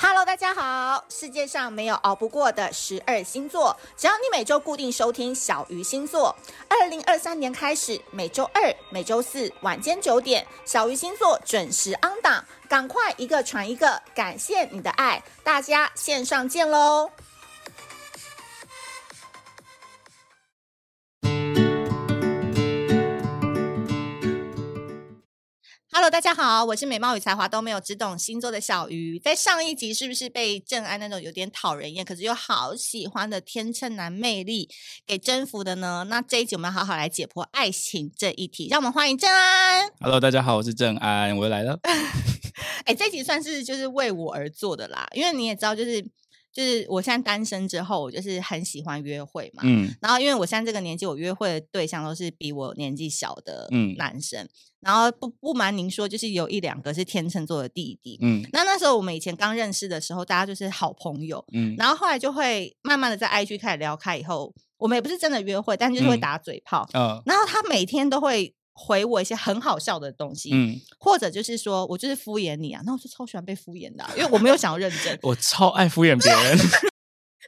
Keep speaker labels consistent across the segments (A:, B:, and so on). A: Hello，大家好！世界上没有熬不过的十二星座，只要你每周固定收听小鱼星座。二零二三年开始，每周二、每周四晚间九点，小鱼星座准时 on 档，赶快一个传一个，感谢你的爱，大家线上见喽！Hello，大家好，我是美貌与才华都没有，只懂星座的小鱼。在上一集是不是被郑安那种有点讨人厌，可是又好喜欢的天秤男魅力给征服的呢？那这一集我们要好好来解剖爱情这一题，让我们欢迎郑安。
B: Hello，大家好，我是郑安，我又来 了。
A: 哎，这一集算是就是为我而做的啦，因为你也知道，就是就是我现在单身之后，我就是很喜欢约会嘛。
B: 嗯
A: 然后因为我现在这个年纪，我约会的对象都是比我年纪小的
B: 嗯
A: 男生。然后不不瞒您说，就是有一两个是天秤座的弟弟。
B: 嗯
A: 那那时候我们以前刚认识的时候，大家就是好朋友，
B: 嗯
A: 然后后来就会慢慢的在 IG 开始聊开以后，我们也不是真的约会，但就是会
B: 嗯
A: 打嘴炮。
B: 呃
A: 然后他每天都会回我一些很好笑的东西，
B: 嗯，。
A: 或者就是说我就是敷衍你啊，那我就超喜欢被敷衍的啊、因为我没有想要认真
B: 我超爱敷衍 别人。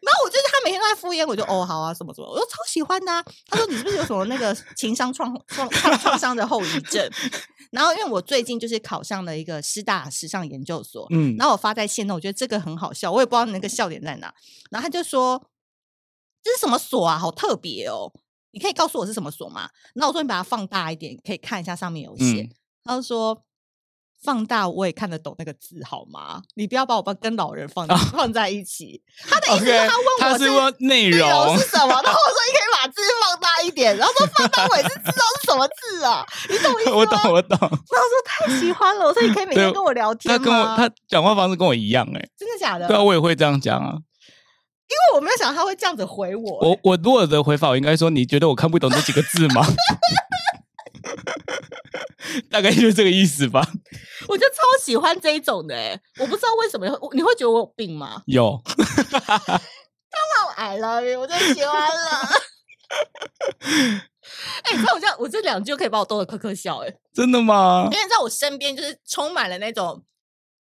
A: 然后我就是他每天都在敷衍，我就哦好啊什么什么，我就超喜欢的、啊。他说你是不是有什么那个情商创创创创伤的后遗症？ 然后因为我最近就是考上了一个师大时尚研究所，
B: 嗯
A: 然后我发在线动，我觉得这个很好笑，我也不知道那个笑点在哪。然后他就说：“这是什么锁啊？好特别哦！你可以告诉我是什么锁吗？”然后我说：“你把它放大一点，可以看一下上面有写。
B: 嗯
A: 他就说：“放大我也看得懂那个字好吗？你不要把我帮跟老人 放在、放在一起。”他的意思是
B: OK，
A: 他问我
B: 他
A: 是
B: 是问内
A: 内容
B: 容
A: 是，什么，然后我说：“你可以把字放大一点。”然后说：“放大我也是知道是什么字啊，你懂我意思吗？”
B: 我懂我懂。
A: 然后我说：“太喜欢了，我说你可以每
B: 对
A: 天跟我聊天嗯吗？”
B: 他跟我他讲话方式跟我一样哎、
A: 真的假的？
B: 对啊，我也会这样讲啊。
A: 我没有想到他会这样子回我、
B: 我我如果的回法，我应该说你觉得我看不懂这几个字吗？ 大概就是这个意思吧。
A: 欸我就超喜欢这一种的哎、我不知道为什么我你会觉得我有病吗？
B: 有，
A: 那我 Oh, I love you，我就喜欢了。 哎、你知道我这样，我这两句就可以把我逗得咯咯笑哎、
B: 真的吗
A: 因？为在我身边就是充满了那种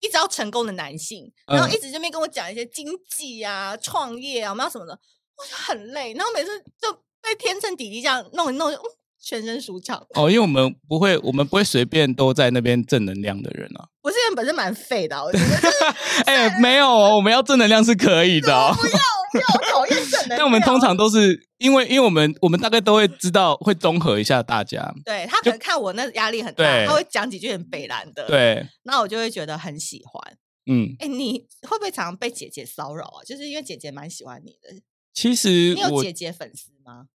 A: 一直要成功的男性，
B: 嗯
A: 然后一直这边跟我讲一些经济啊、创业啊、我们要什么的，我就很累。然后每次就被天秤弟弟这样弄一弄，就嗯全身舒畅。
B: 哦，因为我们不会，我们不会随便都在那边正能量的人啊。
A: 我这个人本身蛮废的啊、我觉得 就是
B: 哎、没有哦，我们要正能量是可以 的、哦。
A: 不要不要我讨厌正能量。
B: 但我们通常都是因为，因为我们我们大概都会知道，会综合一下大家。
A: 对他可能看我那压力很大，
B: 对
A: 他会讲几句很北兰的，，
B: 对，
A: 那我就会觉得很喜欢。
B: 嗯，
A: 哎，你会不会常常被姐姐骚扰啊？就是因为姐姐蛮喜欢你的，
B: 其实
A: 你有
B: 我
A: 姐姐粉丝吗？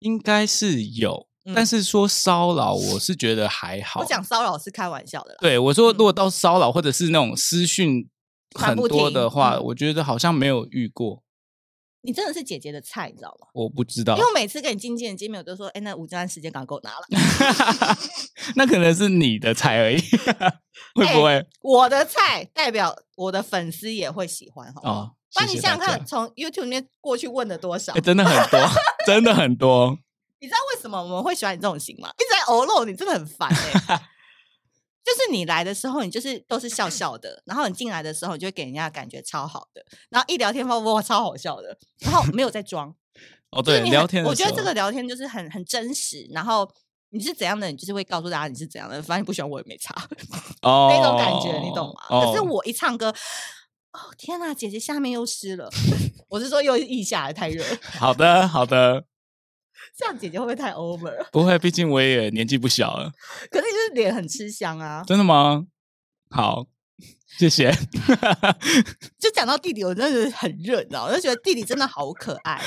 B: 应该是有，
A: 嗯
B: 但是说骚扰，我是觉得还好
A: 我。讲骚扰是开玩笑的啦。
B: 对，我说
A: 嗯
B: 如果到骚扰或者是那种私讯
A: 传
B: 很
A: 不
B: 多
A: 停
B: 的话，
A: 嗯
B: 我觉得好像没有遇过，
A: 你真的是姐姐的菜，你知道吗？
B: 我不知道
A: 因为。我每次跟你进见见面，我都说，哎，那午餐时间赶快给我拿了。
B: 那可能是你的菜 而已，会不会？
A: 我的菜代表我的粉丝也会喜欢，好不好？
B: 哦，
A: 帮
B: 谢
A: 你
B: 谢
A: 想想
B: 大家
A: 看，从 YouTube 里面过去问了多少
B: 哎、？真的很多，真的很多。
A: 你知道为什么我们会喜欢你这种型吗？一直在偶漏，你真的很烦哎、 就是你来的时候，你就是都是笑笑的，然后你进来的时候，你就会给人家感觉超好的，然后一聊天哇哇超好笑的，然后没有在 装。
B: 哦，
A: 就是
B: 对，
A: 你
B: 聊
A: 很
B: 天的
A: 我觉得
B: 时
A: 这
B: 候
A: 个聊天就是很很真实，然后。你是怎样的，你就是会告诉大家你是怎样的，反正你不喜欢我也没差、
B: 哦
A: 那种感觉，你懂吗？可是
B: 哦
A: 我一唱歌，哦天呐，姐姐下面又湿 了，我是说又腋下了太热了，
B: 好的，好的，
A: 这样姐姐会不会太 over？
B: 不会，毕竟我也年纪不小了。
A: 可是你就是脸很吃香啊，
B: 真的吗？好，谢谢。
A: 就讲到弟弟，我真的是很热，你知道，我就觉得弟弟真的好可爱哦、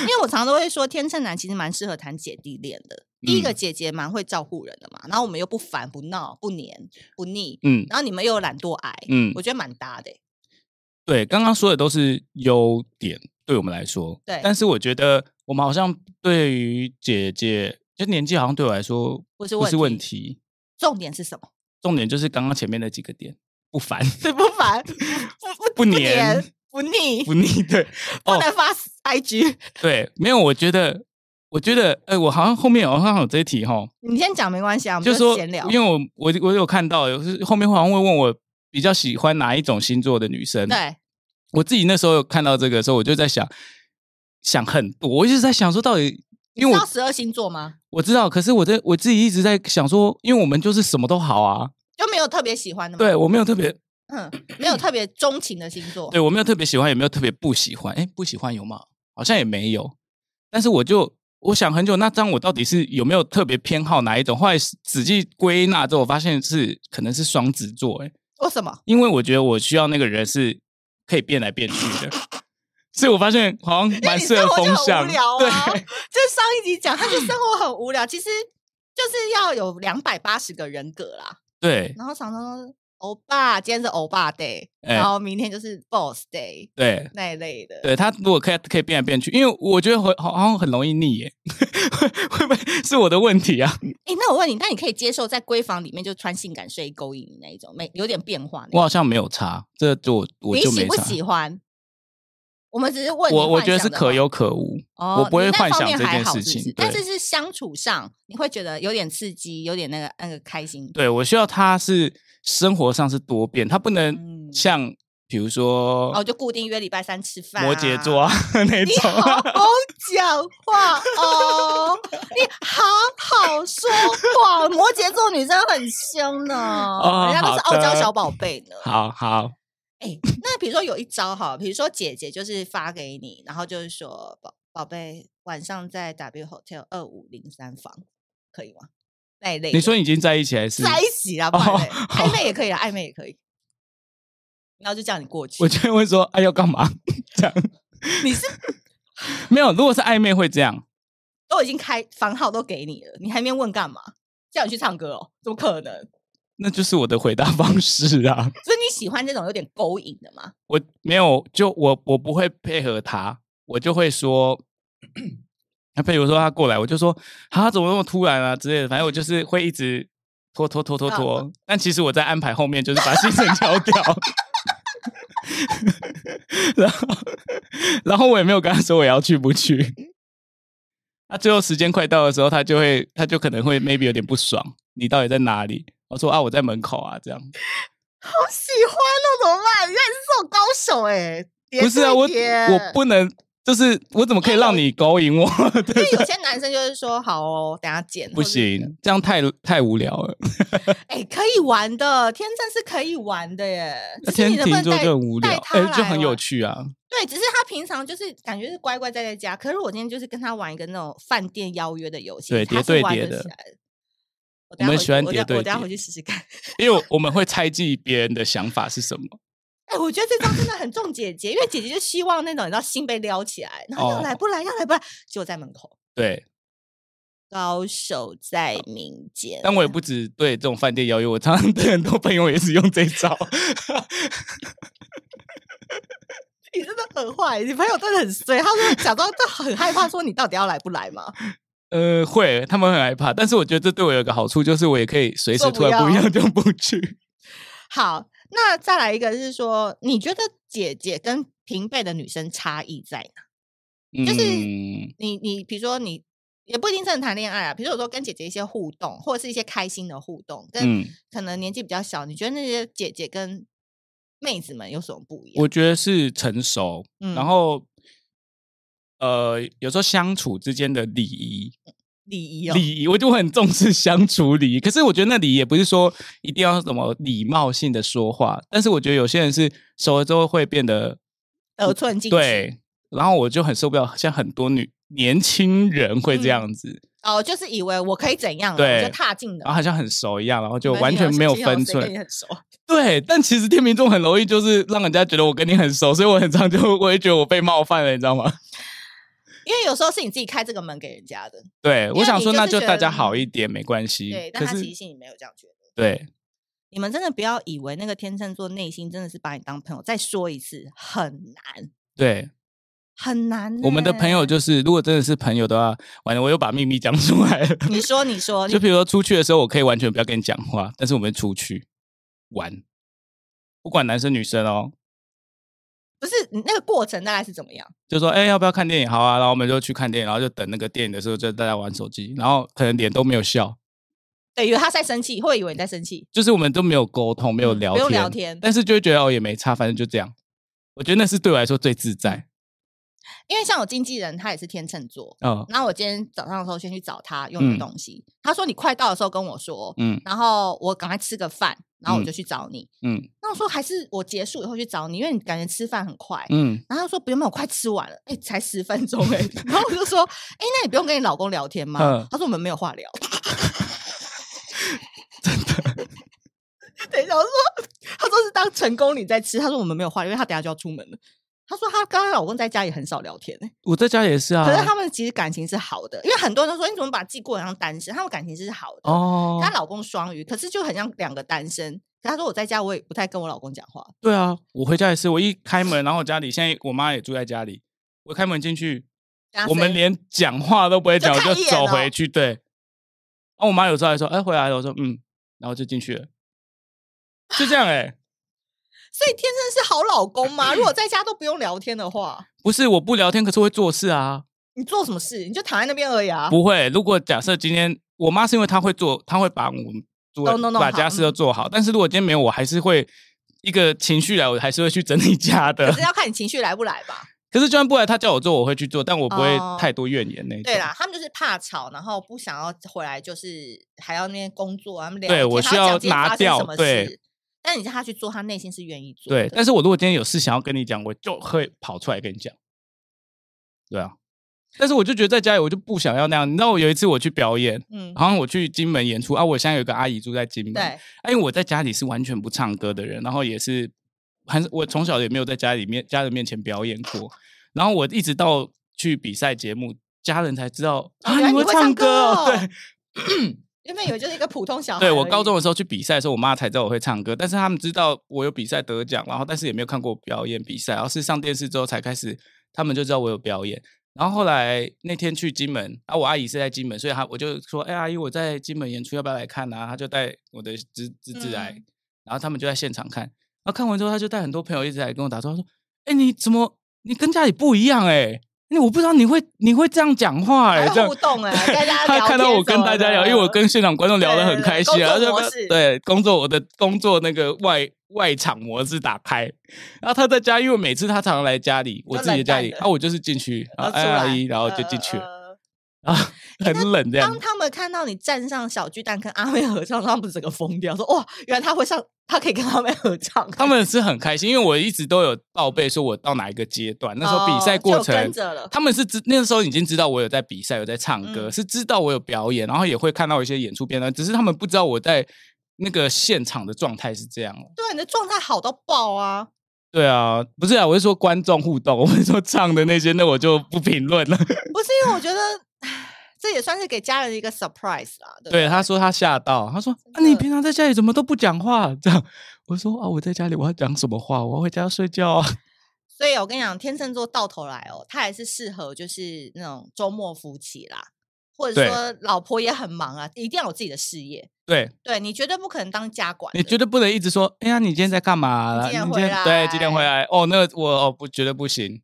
A: 因为我常常都会说，天秤男其实蛮适合谈姐弟恋的。第一个
B: 嗯
A: 姐姐蛮会照顾人的嘛，然后我们又不烦、不闹、不黏、不腻，
B: 嗯
A: 然后你们又懒惰癌，
B: 嗯
A: 我，觉得蛮搭的欸、
B: 对，刚刚说的都是优点，对我们来说。
A: 对
B: 但是我觉得我们好像对于姐姐，就年纪好像对我来说
A: 不是
B: 不是
A: 问
B: 问
A: 题
B: 题，
A: 重点是什么？
B: 重点就是刚刚前面那几个点，不烦
A: 对，不烦，不不
B: 不
A: 不
B: 黏
A: 黏，不腻，
B: 不腻。 对，
A: 不
B: 哦
A: 能发 IG。
B: 对，没有，我觉得。我觉得，哎、我好像后面好像有这一题哈，
A: 你先讲没关系啊，我们
B: 就是说，
A: 闲聊。
B: 因为我我我有看到，有时候后面会好像会问我比较喜欢哪一种星座的女生。
A: 对，
B: 我自己那时候有看到这个的时候，我就在想，想很多，我一直在想说到底，
A: 你
B: 因为
A: 知道
B: 我
A: 十二星座吗？
B: 我知道，可是我在我自己一直在想说，因为我们就是什么都好啊，
A: 就没有特别喜欢的吗？，
B: 对我没有特别，
A: 嗯，没有特别钟情的星座。
B: 对我没有特别喜欢，也没有特别不喜欢，哎，不喜欢有吗？好像也没有，但是我就。我想很久，那张我到底是有没有特别偏好哪一种？后来仔细归纳之后，我发现是可能是双子座、诶
A: 为什么？
B: 因为我觉得我需要那个人是可以变来变去的，所以我发现好像蛮
A: 你
B: 适
A: 生
B: 合
A: 活就
B: 风
A: 很
B: 向。
A: 无聊
B: 对，
A: 啊！就上一集讲，他就生活很无聊，其实就是要有两百八十个人格啦。
B: 对
A: 然后常常说欧巴，今天是欧巴 day，、
B: 哎
A: 然后明天就是 boss day
B: 对
A: 那一类的。
B: 对，他如果可以可以变来变去，因为我觉得会好好像很容易腻耶， 会会不会是我的问题啊？
A: 哎，那我问你，那你可以接受在闺房里面就穿性感睡衣勾引你那一种，没有点变化那
B: 我
A: 种？
B: 好像没有差，这就我我
A: 你
B: 就
A: 喜
B: 没
A: 不
B: 差。
A: 喜欢？我们只是问你
B: 我我
A: 幻
B: 觉得
A: 想
B: 是
A: 的
B: 可
A: 嘛
B: 有可无，
A: 哦，
B: 我不
A: 你
B: 会
A: 那
B: 幻
A: 方
B: 想
A: 面
B: 这
A: 还
B: 件
A: 好
B: 事
A: 是不
B: 情
A: 是但
B: 对
A: 是是相处上你会觉得有点刺激，有点那个那个开心。
B: 对我需要他是生活上是多变，他不能
A: 嗯
B: 像比如说
A: 哦，就固定约礼拜三吃饭、
B: 摩羯座。 啊那
A: 你 好
B: 种，
A: 好讲话哦，你好好说话。摩羯座女生很凶呢，
B: 哦
A: 人家都是
B: 好
A: 傲
B: 的
A: 娇小宝贝呢。
B: 好好
A: 哎、那比如说有一招哈，比如说姐姐就是发给你，然后就是说宝宝贝，晚上在 W Hotel 二五零三房，可以吗？那一类的，
B: 你说已经在一起还是？
A: 在一起啦，不然
B: 哦
A: 嘞暧昧也可以啦，暧昧也可以。然后就叫你过去
B: 我，就会问说：“哎，要干嘛？” 这样
A: 你是
B: 没有。如果是暧昧会这样，
A: 都已经开房号都给你了，你还没问干嘛？叫你去唱歌哦？怎么可能？
B: 那就是我的回答方式啊。
A: 所以你喜欢这种有点勾引的吗？
B: 我没有，就我我不会配合他，我就会说， 那譬如说他过来，我就说啊，怎么那么突然啊之类的，反正我就是会一直拖拖拖拖拖。但其实我在安排后面，就是把行程敲掉。 然后，然后我也没有跟他说我要去不去。那、最后时间快到的时候，他就会，他就可能会 maybe 有点不爽，你到底在哪里？我说啊，我在门口啊，这样。
A: 好喜欢哦，怎么办？原来你是这种高手哎、叠
B: 不是啊，
A: 对
B: 我
A: 叠
B: 我不能，就是我怎么可以让你勾 引我？
A: 因为有些男生就是说好哦，等下见。
B: 不
A: 或是，
B: 行，这样太太无聊了。
A: 哎、可以玩的，天秤是可以玩的耶。只是
B: 天
A: 你能不能
B: 秤座
A: 带
B: 就很无聊
A: 带，他
B: 哎、
A: 来
B: 就很有
A: 玩
B: 趣啊。
A: 对，只是他平常就是感觉是乖乖待在家，可是我今天就是跟他玩一个那种饭店邀约的游戏，
B: 对
A: 他
B: 叠
A: 是
B: 对
A: 玩
B: 叠
A: 得
B: 的
A: 起来的。我
B: 我
A: 等下
B: 们
A: 回
B: 喜欢
A: 我
B: 叠
A: 等下我
B: 对
A: 等下
B: 叠
A: 回去试试看。
B: 因为我们会猜忌别人的想法是什么。
A: 哎、我觉得这招真的很中姐姐，因为姐姐就希望那种你知道心被撩起来，然后要
B: 哦
A: 来不来，要来不来，结果在门口。
B: 对，
A: 高手在民间，
B: 但我也不只对这种饭店邀约，我常常 对很多朋友也是用这招。
A: 你真的很坏，你朋友真的很衰。他说假装他很害怕，说你到底要来不来嘛？
B: 呃，会，他们会很害怕，但是我觉得这对我有个好处，就是我也可以随时
A: 说
B: 突
A: 不
B: 然不一
A: 要
B: 样就不去。
A: 好，那再来一个是说，你觉得姐姐跟平辈的女生差异在哪？就是
B: 嗯，
A: 你你比如说你也不一定真的谈恋爱啊，比如说我说跟姐姐一些互动，或者是一些开心的互动，跟
B: 嗯
A: 可能年纪比较小，你觉得那些姐姐跟妹子们有什么不一样？
B: 我觉得是成熟，
A: 嗯
B: 然后呃，有时候相处之间的礼仪，
A: 礼仪哦，
B: 礼仪我就会很重视相处礼仪。可是我觉得那礼仪也不是说一定要什么礼貌性的说话，但是我觉得有些人是熟了之后会变得
A: 得寸呃进尺。
B: 对，然后我就很受不了，像很多女年轻人会
A: 嗯
B: 这样子，
A: 哦，就是以为我可以怎样了，我
B: 对
A: 就踏进了
B: 然后，好像很熟一样，然后就
A: 没
B: 完
A: 有
B: 全
A: 谁
B: 没有
A: 知道
B: 分
A: 谁
B: 寸
A: 跟。你很熟。
B: 对，但其实天秤座很容易就是让人家觉得我跟你很熟，所以我很常就我会觉得我被冒犯了，你知道吗？
A: 因为有时候是你自己开这个门给人家的，
B: 对，
A: 为
B: 我想
A: 你
B: 说
A: 就
B: 那
A: 是
B: 就
A: 觉
B: 大
A: 得
B: 家好一点没关系。
A: 对，但
B: 嗯
A: 他
B: 可
A: 其实
B: 是
A: 心里没有这样觉得。
B: 对
A: 你们真的不要以为那个天秤座内心真的是把你当朋友。再说一次，很难，
B: 对，
A: 很难呢。
B: 我们的朋
A: 嗯
B: 友就是如果真的是朋友的话，完了我又把秘密讲出来了。
A: 你说，你 说，哦你
B: 就比如说出去的时候，我可以完全不要跟你讲话，但是我们出去玩，不管男生女生哦，
A: 不是你那个过程大概是怎么样？
B: 就说哎、要不要看电影？好啊，然后我们就去看电影，然后就等那个电影的时候就大家玩手机，然后可能脸都没有笑，
A: 对，以为他在生气，会以为你在生气。
B: 就是我们都没有沟通，没有
A: 嗯
B: 聊
A: 没
B: 天，
A: 有聊天
B: 但是就会觉得哦也没差，反正就这样。我觉得那是对我来说最自在。
A: 因为像我经纪人，他也是天秤座，
B: 嗯
A: 然后我今天早上的时候先去找他用的
B: 嗯
A: 东西，他说你快到的时候跟我说，
B: 嗯
A: 然后我赶快吃个饭，然后我
B: 嗯
A: 就去找你。
B: 嗯
A: 那我说还是我结束以后去找你，因为你感觉吃饭很快。
B: 嗯，
A: 然后他说不用，我快吃完了，哎、才十分钟哎、然后我就说，哎、那你不用跟你老公聊天吗？
B: 嗯
A: 他说我们没有 话聊。真的？ 等一下，我说，他说是当成功你在吃，他说我们没有话，因为他等一下就要出门了。他说他跟她老公在家也很少聊天、欸，
B: 我在家也是啊。
A: 可是他们其实感情是好的，因为很多人都说你怎么把自己过得像单身，他们感情是好的。
B: 哦，
A: 她老公双鱼，可是就很像两个单身。可她说我在家我也不太跟我老公讲话，
B: 对啊，我回家也是，我一开门，然后我家里现在我妈也住在家里，我开门进去，
A: 跟她
B: 我们
A: 啊谁
B: 连讲话都不会讲，我
A: 就看
B: 就
A: 一眼
B: 走
A: 哦
B: 回去。对，然后我妈有时候还说：“哎，回来了。”我说：“嗯。”然后就进去了，就这样哎、
A: 所以天秤是好老公 吗？如果在家都不用聊天的话，
B: 不是我不聊天，可是会做事啊，
A: 你做什么事？你就躺在那边而已啊。
B: 不会。如果假设今天我妈是因为她会做，她会把我们做
A: 都弄弄
B: 把
A: 好嗯
B: 家事都做好，但是如果今天没有，我还是会一个情绪来，我还是会去整理家的
A: 可。是要看你情绪来不来吧。
B: 可是就算不来，她叫我做，我会去做，但我不会
A: 哦
B: 太多怨言那种。
A: 对啦，他们就是怕吵，然后不想要回来，就是还要那边工作，他们聊
B: 对
A: 天
B: 我
A: 还
B: 需
A: 要
B: 要
A: 讲今天
B: 拿
A: 发生什
B: 掉
A: 么
B: 对
A: 事。但你叫他去做，他内心是愿意做的。
B: 对，但是我如果今天有事想要跟你讲，我就会跑出来跟你讲。对啊，但是我就觉得在家里我就不想要那样。你知道我有一次我去表演，
A: 嗯，
B: 好像我去金门演出啊，我现在有个阿姨住在金门，
A: 对，
B: 啊因为我在家里是完全不唱歌的人，然后也是很我从小也没有在家里面家人面前表演过，然后我一直到去比赛节目，家人才知道
A: 哦原来
B: 啊
A: 你
B: 会
A: 会唱
B: 歌哦，
A: 歌哦
B: 对，
A: 因为以为就是一个普通小孩而已。
B: 对我高中的时候去比赛的时候，我妈才知道我会唱歌，但是他们知道我有比赛得奖，然后但是也没有看过我表演比赛，然后是上电视之后才开始，他们就知道我有表演。然后后来那天去金门，啊，我阿姨是在金门，所以她我就说，哎、阿姨，我在金门演出，要不要来看啊？她就带我的侄侄子来，
A: 嗯
B: 然后他们就在现场看。然后看完之后，她就带很多朋友一直来跟我打招呼，她说，哎、你怎么你跟家里不一样哎、那我不知道你会你会这样讲话哎、
A: 还
B: 这
A: 会
B: 样
A: 互动 哎，大家
B: 他
A: 聊
B: 看到
A: 天
B: 我跟
A: 什么
B: 大家聊，
A: 的
B: 因为我跟现场观众聊得很开心啊，
A: 对对对
B: 然
A: 工
B: 后
A: 作模
B: 就
A: 式
B: 对工作我的工作那个外外场模式打开，然后他在家，因为每次他常常来家里，我自己的家里，
A: 冷淡的
B: 啊，我就是进去，然后
A: 呃出
B: 哎
A: 来
B: 阿姨，然后就进去
A: 呃
B: 了，
A: 呃呃
B: 然后很冷这样
A: 当，他们看到你站上小巨蛋跟阿妹合唱，他们整个疯掉，说哇，原来他会上，他可以跟阿妹合唱。啊
B: 他们是很开心，因为我一直都有报备说我到哪一个阶段，那时候比赛
A: 哦
B: 过
A: 就
B: 程。
A: 跟着了，
B: 他们是知那个时候已经知道我有在比赛，有在唱歌，
A: 嗯
B: 是知道我有表演，然后也会看到一些演出片段，只是他们不知道我在那个现场的状态是这样了。
A: 对你的状态好到爆啊！
B: 对啊，不是啊，我是说观众互动，我 是说唱的那些，那我就不评论 了。
A: 不是因为我觉得，唉这也算是给家人一个 surprise 啦。对不
B: 对，啊他说他吓到，他说啊，
A: 真的
B: 你平常在家里怎么都不讲话？这样，我说啊，我在家里我要讲什么话？我要回家睡觉啊。
A: 所以我跟你讲，天秤座到头来哦，他还是适合就是那种周末夫妻啦，或者
B: 对
A: 说老婆也很忙啊，一定要有自己的事业。
B: 对
A: 对你绝对不可能当家管的，
B: 你绝对不能一直说，哎呀，你今天在干嘛啦？
A: 你几点
B: 你今天
A: 回来
B: 对几点回来？哦，那个我哦不绝对不行。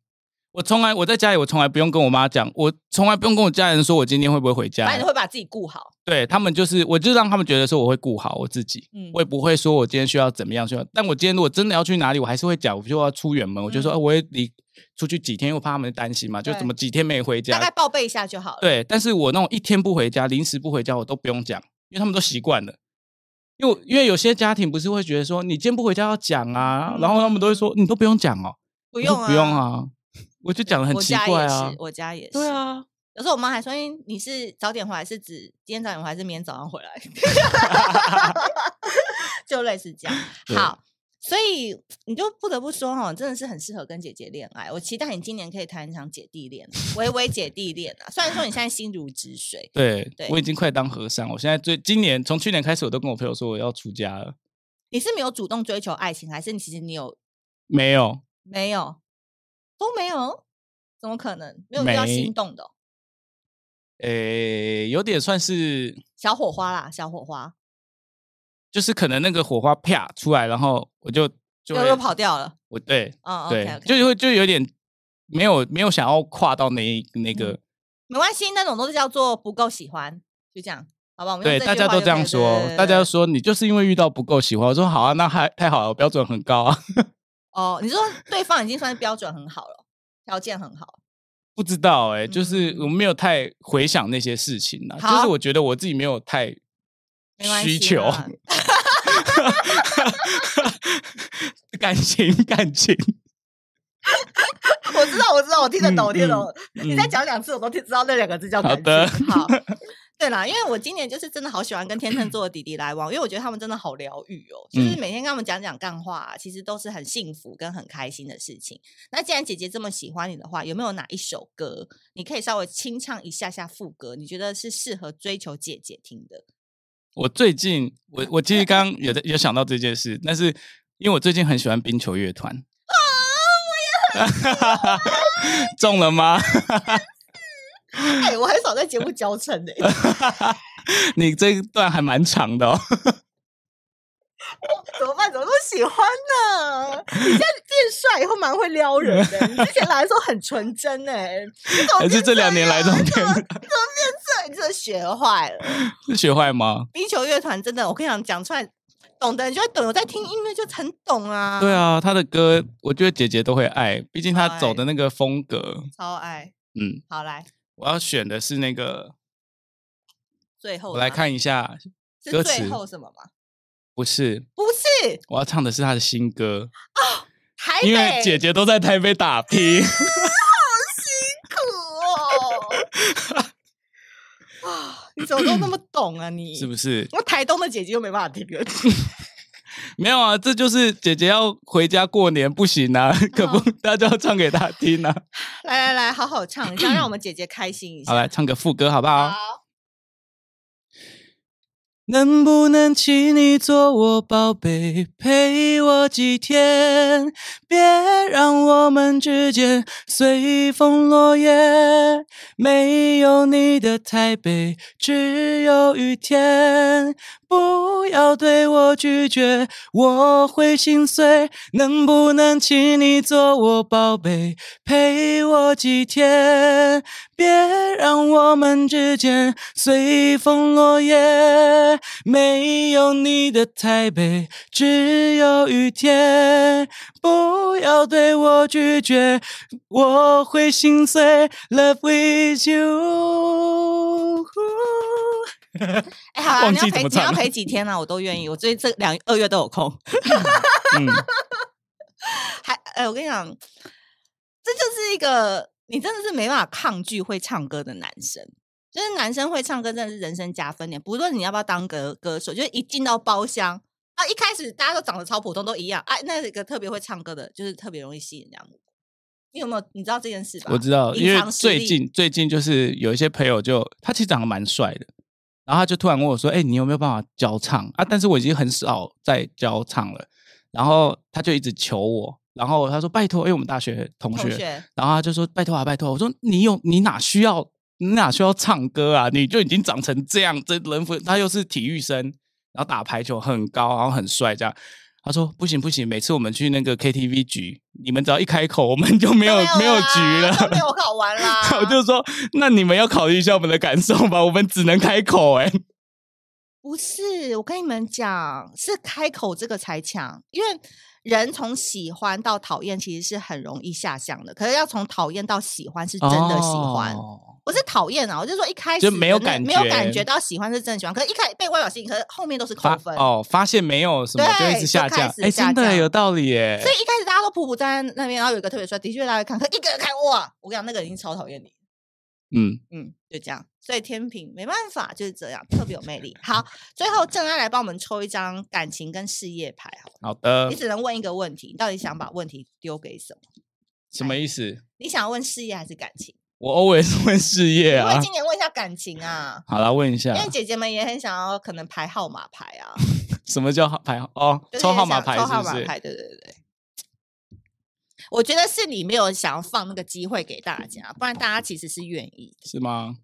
B: 我从来我在家里，我从来不用跟我妈讲，我从来不用跟我家人说我今天会不会回
A: 反
B: 家
A: 啊正你。会把自己顾好。
B: 对他们就是，我就让他们觉得说我会顾好我自己。
A: 嗯，
B: 我也不会说我今天需要怎么样需要，但我今天如果真的要去哪里，我还是会讲，我就要出远门，我就
A: 嗯
B: 说、啊我会离出去几天，因为我怕他们担心嘛，就
A: 对
B: 怎么几天没回
A: 大概
B: 家。
A: 报备一下就好了。
B: 对，但是我那种一天不回家，临时不回家，我都不用讲，因为他们都习惯了。因为我因为有些家庭不是会觉得说你今天不回家要讲啊，
A: 嗯
B: 然后他们都会说你都不用讲哦，
A: 不
B: 我
A: 用
B: 说
A: 啊，
B: 不用啊，我就讲的很
A: 我
B: 奇
A: 家
B: 怪
A: 也
B: 啊
A: 是，，我家也是。
B: 对，啊，
A: 有时候我妈还说：“哎，你是早点回来，是指今天早点回来，还是明天早上回来？” 就类似这样。
B: 对
A: 好，所以你就不得不说哦，真的是很适合跟姐姐恋爱。我期待你今年可以谈一场姐弟恋啊，微微姐弟恋啊。虽然说你现在心如止水，
B: 对
A: 对
B: 我已经快当和尚，我现在最今年从去年开始，我都跟我朋友说我要出家了，
A: 你是没有主动追求爱情，还是你其实你有
B: 没有，
A: 没有都没有？怎么可能没有遇到
B: 没
A: 心动的哦、
B: 诶、有点算是
A: 小火花啦，小火花
B: 就是可能那个火花啪出来，然后我就就
A: 又
B: 会
A: 又跑掉了。
B: 我对、
A: 哦
B: 对
A: ，OK OK，
B: 就会就有点没有没有想
A: 嗯
B: 要跨到那一那个、
A: 没关系，那种都是叫做不够喜欢，就这样。好吧？我们
B: 对，
A: 用
B: 大
A: 句
B: 家
A: 话
B: 都
A: 就
B: 这样
A: 可以了
B: 说
A: 对对，
B: 大
A: 对
B: 家都说你就是因为遇到不够喜欢。我说好啊，那还太好了，我标准很高啊。
A: 哦，你说对方已经算是标准很好了，条件很好。
B: 不知道哎、就是
A: 嗯
B: 我没有太回想那些事情啦，
A: 好
B: 就是我觉得我自己没有太
A: 没关系
B: 需求
A: 啦，
B: 感情感情，
A: 我知道，我知道，我听得懂，
B: 嗯
A: 我听得懂。 你再
B: 嗯
A: 讲两次，我都听知道那两个字叫
B: 好
A: 感
B: 的
A: 情。好，对啦，因为我今年就是真的好喜欢跟天秤座的弟弟来往，因为我觉得他们真的好疗愈哦，就是
B: 嗯
A: 每天跟他们讲讲干话啊、其实都是很幸福跟很开心的事情。那既然姐姐这么喜欢你的话，有没有哪一首歌你可以稍微清唱一下下副歌？你觉得是适合追求姐姐听 的？
B: 我最近我我其实刚刚有在有想到这件事，但是因为我最近很喜欢冰球乐团， 中了吗？
A: 哎，我很少在节目教成的、
B: 你这一段还蛮长的哦。
A: 怎么办？怎么那么喜欢呢？你现在变帅以后蛮会撩人的，你之前来的时候很纯真哎、你怎么
B: 还是
A: 变
B: 这两年来都
A: 样
B: 变
A: 你怎么你怎么变这？你真的学坏了。
B: 是学坏吗？
A: 冰球乐团真的，我跟你讲，讲出来懂的人就会懂，有在听音乐就很懂啊。
B: 对，啊，他的歌我觉得姐姐都会爱，毕竟他走的那个风格。
A: 超爱。
B: 嗯，
A: 好来，
B: 我要选的是那个，
A: 最后
B: 我来
A: 吗
B: 看一下，
A: 是
B: 歌
A: 最
B: 词
A: 后什么吗？
B: 不是，
A: 不是
B: 我要唱的是他的新歌，
A: 台
B: 因为
A: 北，
B: 姐姐都在台北打 拼。
A: 苦哦。啊，你怎么都那么懂啊你？
B: 是不是？
A: 我台东的姐姐又没办法听了。
B: 没有啊，这就是姐姐要回家过年不行啊，可不，大家要唱给她听啊。
A: 来来来，好好唱一下，让我们姐姐开心一下。
B: 好，来唱个副歌好不好？
A: 好，
B: 能不能请你做我宝贝，陪我几天？别让我们之间随风落叶。没有你的台北，只有雨天。不要对我拒绝，我会心碎。能不能请你做我宝贝，陪我几天？别让我们之间随风落叶。没有你的台北，只有雨天。不要对我拒绝，我会心碎。Love with you。
A: 哎，好啦，
B: 忘
A: 你要
B: 记
A: 陪
B: 怎么
A: 你要
B: 唱了
A: 陪几天啊呢、我都愿意。我最近这两二月都有空，
B: 嗯，
A: 还哎，我跟你讲，这就是一个你真的是没办法抗拒会唱歌的男生。就是男生会唱歌，真的是人生加分点。不论你要不要当歌歌手，就是一进到包厢啊，一开始大家都长得超普通，都一样。哎、那个特别会唱歌的，就是特别容易吸引人家目光。你有没有你知道这件事吧？
B: 我知道，
A: 隐
B: 因为
A: 藏实
B: 最
A: 力
B: 近最近就是有一些朋友就他其实长得蛮帅的，然后他就突然问我说：“哎、你有没有办法教唱啊？”但是我已经很少在教唱了，然后他就一直求我，然后他说：“拜托，因为我们大学同
A: 同学
B: 然后他就说：“拜托啊，拜托啊！”我说：“你有你哪需要你哪需要唱歌啊？你就已经长成这样，这人夫他又是体育生，然后打排球很高，然后很帅这样。”他说：“不行不行，每次我们去那个 KTV 局，你们只要一开口，我们就没有
A: 都
B: 没有局
A: 啦
B: 了。
A: 都没有考
B: 。
A: 完啦
B: 我就说：“那你们要考虑一下我们的感受吧， 我们只能开口、欸。”哎，
A: 不是，我跟你们讲，是开口这个才强，因为人从喜欢到讨厌其实是很容易下降的，可是要从讨厌到喜欢是真的喜欢。不是讨厌啊，我就说一开始
B: 哦就没有
A: 的那
B: 感
A: 没有感
B: 觉
A: 觉到喜欢是真的喜欢，可是一开始被外表吸引，可是后面都是扣
B: 发
A: 分。
B: 哦，发现没有什么，就
A: 对
B: 一直下
A: 就
B: 降
A: 开。始
B: 哎、
A: 下
B: 真的
A: 降
B: 有道理耶、
A: 所以一开始大家都普普站在那边，然后有一个特别帅，的确大家会看，可一个人看哇，我跟你讲，那个人已经超讨厌你。
B: 嗯，
A: 嗯，就这样。所以天平没办法，就是这样，特别有魅力。好，最后郑安来帮我们抽一张感情跟事业牌，好了，
B: 好的
A: 你。只能问一个问题，你到底想把问题丢给什么？
B: 什么意思？
A: 你想要问事业还是感情？
B: 我 always 问事业
A: 因为
B: 啊。
A: 今年问一下感情 啊，
B: 好啦，问一
A: 因
B: 下，
A: 为姐姐们也很想要可能排号码牌 啊，
B: 什么叫号牌？哦，
A: 就是
B: 抽
A: 也
B: 号码
A: 想
B: 牌
A: 抽号
B: 是
A: 码
B: 不是？
A: 牌，对对对对。我觉得是你没有想要放那个机会给大家，不然大家其实是愿意的。
B: 是吗？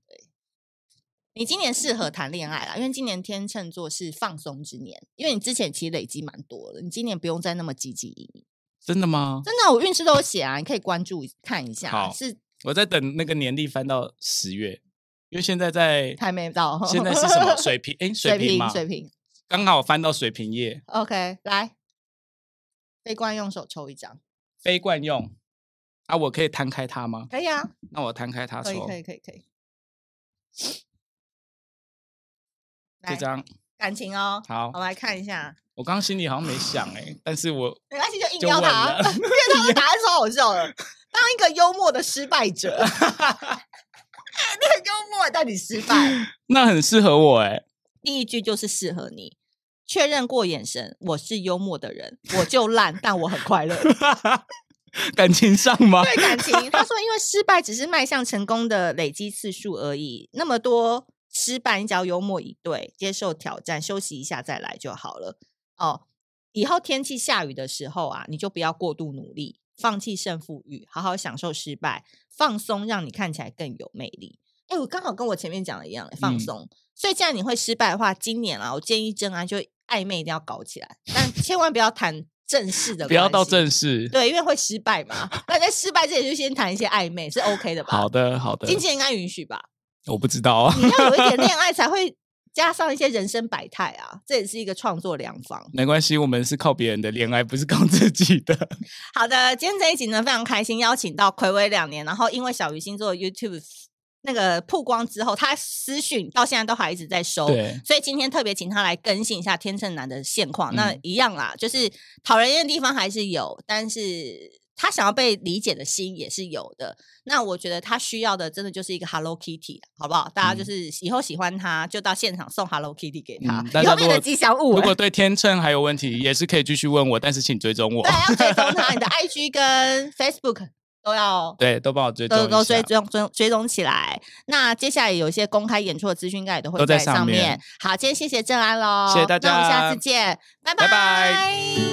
A: 你今年适合谈恋爱啦，因为今年天秤座是放松之年，因为你之前其实累积蛮多了，你今年不用再那么积极营营。
B: 真的吗？
A: 真的啊，我运势都有写啊，你可以关注看一下啊。
B: 好
A: 是
B: 我在等那个年历翻到十月，因为现 在在
A: 还没到
B: 现在是什么水平？哎，
A: 水
B: 平嘛，
A: 水平。
B: 刚好翻到水平页，
A: OK，来，非惯用手抽一张，
B: 非惯用啊，我可以摊开它吗？
A: 可以啊，
B: 那我摊开它
A: 可以，
B: 抽
A: 可以，可以，可以。
B: 这
A: 来，
B: 张
A: 感情哦，
B: 好
A: 我们来看一下，
B: 我刚刚心里好像没想哎、但是我
A: 没关系，就硬
B: 就
A: 要
B: 问
A: 答，
B: 了
A: 因为他们答案超好笑的。当一个幽默的失败者， 你很幽默，但你失 败。
B: 那很适合我哎、
A: 第一句就是适合你。确认过眼神，我是幽默的人，我就烂，但我很快乐。
B: 感情上吗？
A: 对感情，他说因为失败只是迈向成功的累积次数而已，那么多失败，你只要幽默以对，接受挑战，休息一下再来就好了。哦，以后天气下雨的时候啊，你就不要过度努力，放弃胜负欲，好好享受失败，放松，让你看起来更有魅力。哎，我刚好跟我前面讲的一样，放
B: 嗯
A: 松。所以，既然你会失败的话，今年啊，我建议真安就暧昧一定要搞起来，但千万不要谈正式的，
B: 不要到。正式。
A: 对，因为会失败 嘛。那在失败之前就先谈一些暧昧是 OK 的吧？
B: 好，的，好的，
A: 经纪人应该允许 吧？
B: 我不知道啊，
A: 你要有一点恋爱才会加上一些人生百态啊，这也是一个创作良方。
B: 没关系，我们是靠别人的恋爱，不是靠自己的。
A: 好的，今天这一集呢非常开心，邀请到暌违两年，然后因为小鱼星座 YouTube 那个曝光之后，他私讯到现在都还一直在收。
B: 对，
A: 所以今天特别请他来更新一下天秤男的现况。那
B: 嗯
A: 一样啦，就是讨人厌的地方还是有，但是他想要被理解的心也是有的。那我觉得他需要的真的就是一个 Hello Kitty，好不好？大家就
B: 嗯
A: 是以后喜欢他，就到现场送 Hello Kitty 给他，
B: 嗯大
A: 以后
B: 家
A: 变
B: 如
A: 成
B: 果
A: 吉祥物
B: 如
A: 了。
B: 果对天秤还有问题，也是可以继续问我，但是请追踪我
A: 对，，要追踪他，你的 IG 跟 Facebook 都要
B: 对，都帮我追踪
A: 都
B: 一
A: 都追
B: 下。
A: 踪追追踪起来。那接下来有一些公开演出的资讯，应该也都会
B: 都在
A: 上
B: 上面
A: 好，今天谢谢郑安喽，
B: 谢谢大
A: 那我们下
B: 家
A: 次见，拜
B: 拜拜
A: 拜